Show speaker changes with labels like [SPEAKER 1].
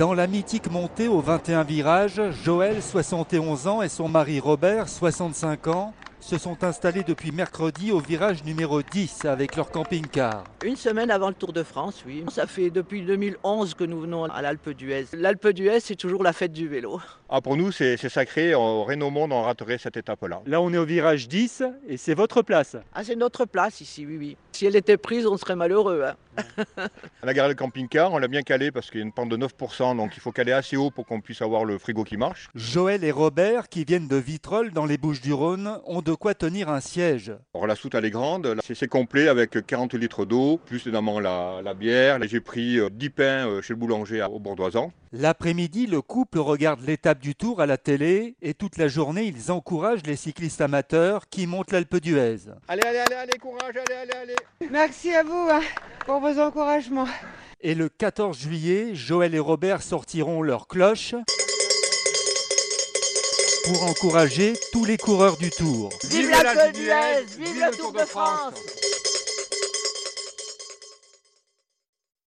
[SPEAKER 1] Dans la mythique montée aux 21 virages, Joël, 71 ans, et son mari Robert, 65 ans, se sont installés depuis mercredi au virage numéro 10 avec leur camping-car.
[SPEAKER 2] Une semaine avant le Tour de France, oui. Ça fait depuis 2011 que nous venons à l'Alpe d'Huez. L'Alpe d'Huez, c'est toujours la fête du vélo.
[SPEAKER 3] Ah, pour nous, c'est c'est sacré. En Rénaumont, on raterait cette étape-là.
[SPEAKER 4] Là, on est au virage 10 et c'est votre place.
[SPEAKER 2] Ah, c'est notre place ici, oui, oui. Si elle était prise, on serait malheureux. hein.
[SPEAKER 3] On a garé le camping-car, on l'a bien calé parce qu'il y a une pente de 9%, donc il faut caler assez haut pour qu'on puisse avoir le frigo qui marche.
[SPEAKER 1] Joël et Robert, qui viennent de Vitrolles dans les Bouches-du-Rhône, ont de quoi tenir un siège.
[SPEAKER 3] Alors la soute, elle est grande. Là, C'est c'est complet avec 40 litres d'eau, plus évidemment la, la bière. Là, J'ai pris euh, 10 pains euh, chez le boulanger à- au Bourdoisan.
[SPEAKER 1] L'après-midi, le couple regarde l'étape du Tour à la télé et toute la journée, ils encouragent les cyclistes amateurs qui montent l'Alpe d'Huez.
[SPEAKER 3] Allez, allez, allez, allez, courage, allez, allez, allez.
[SPEAKER 5] Merci à vous hein, pour vos encouragements.
[SPEAKER 1] Et le 14 juillet, Joël et Robert sortiront leur cloche pour encourager tous les coureurs du Tour.
[SPEAKER 2] Vive la Côte d'Huez Vive le Tour de France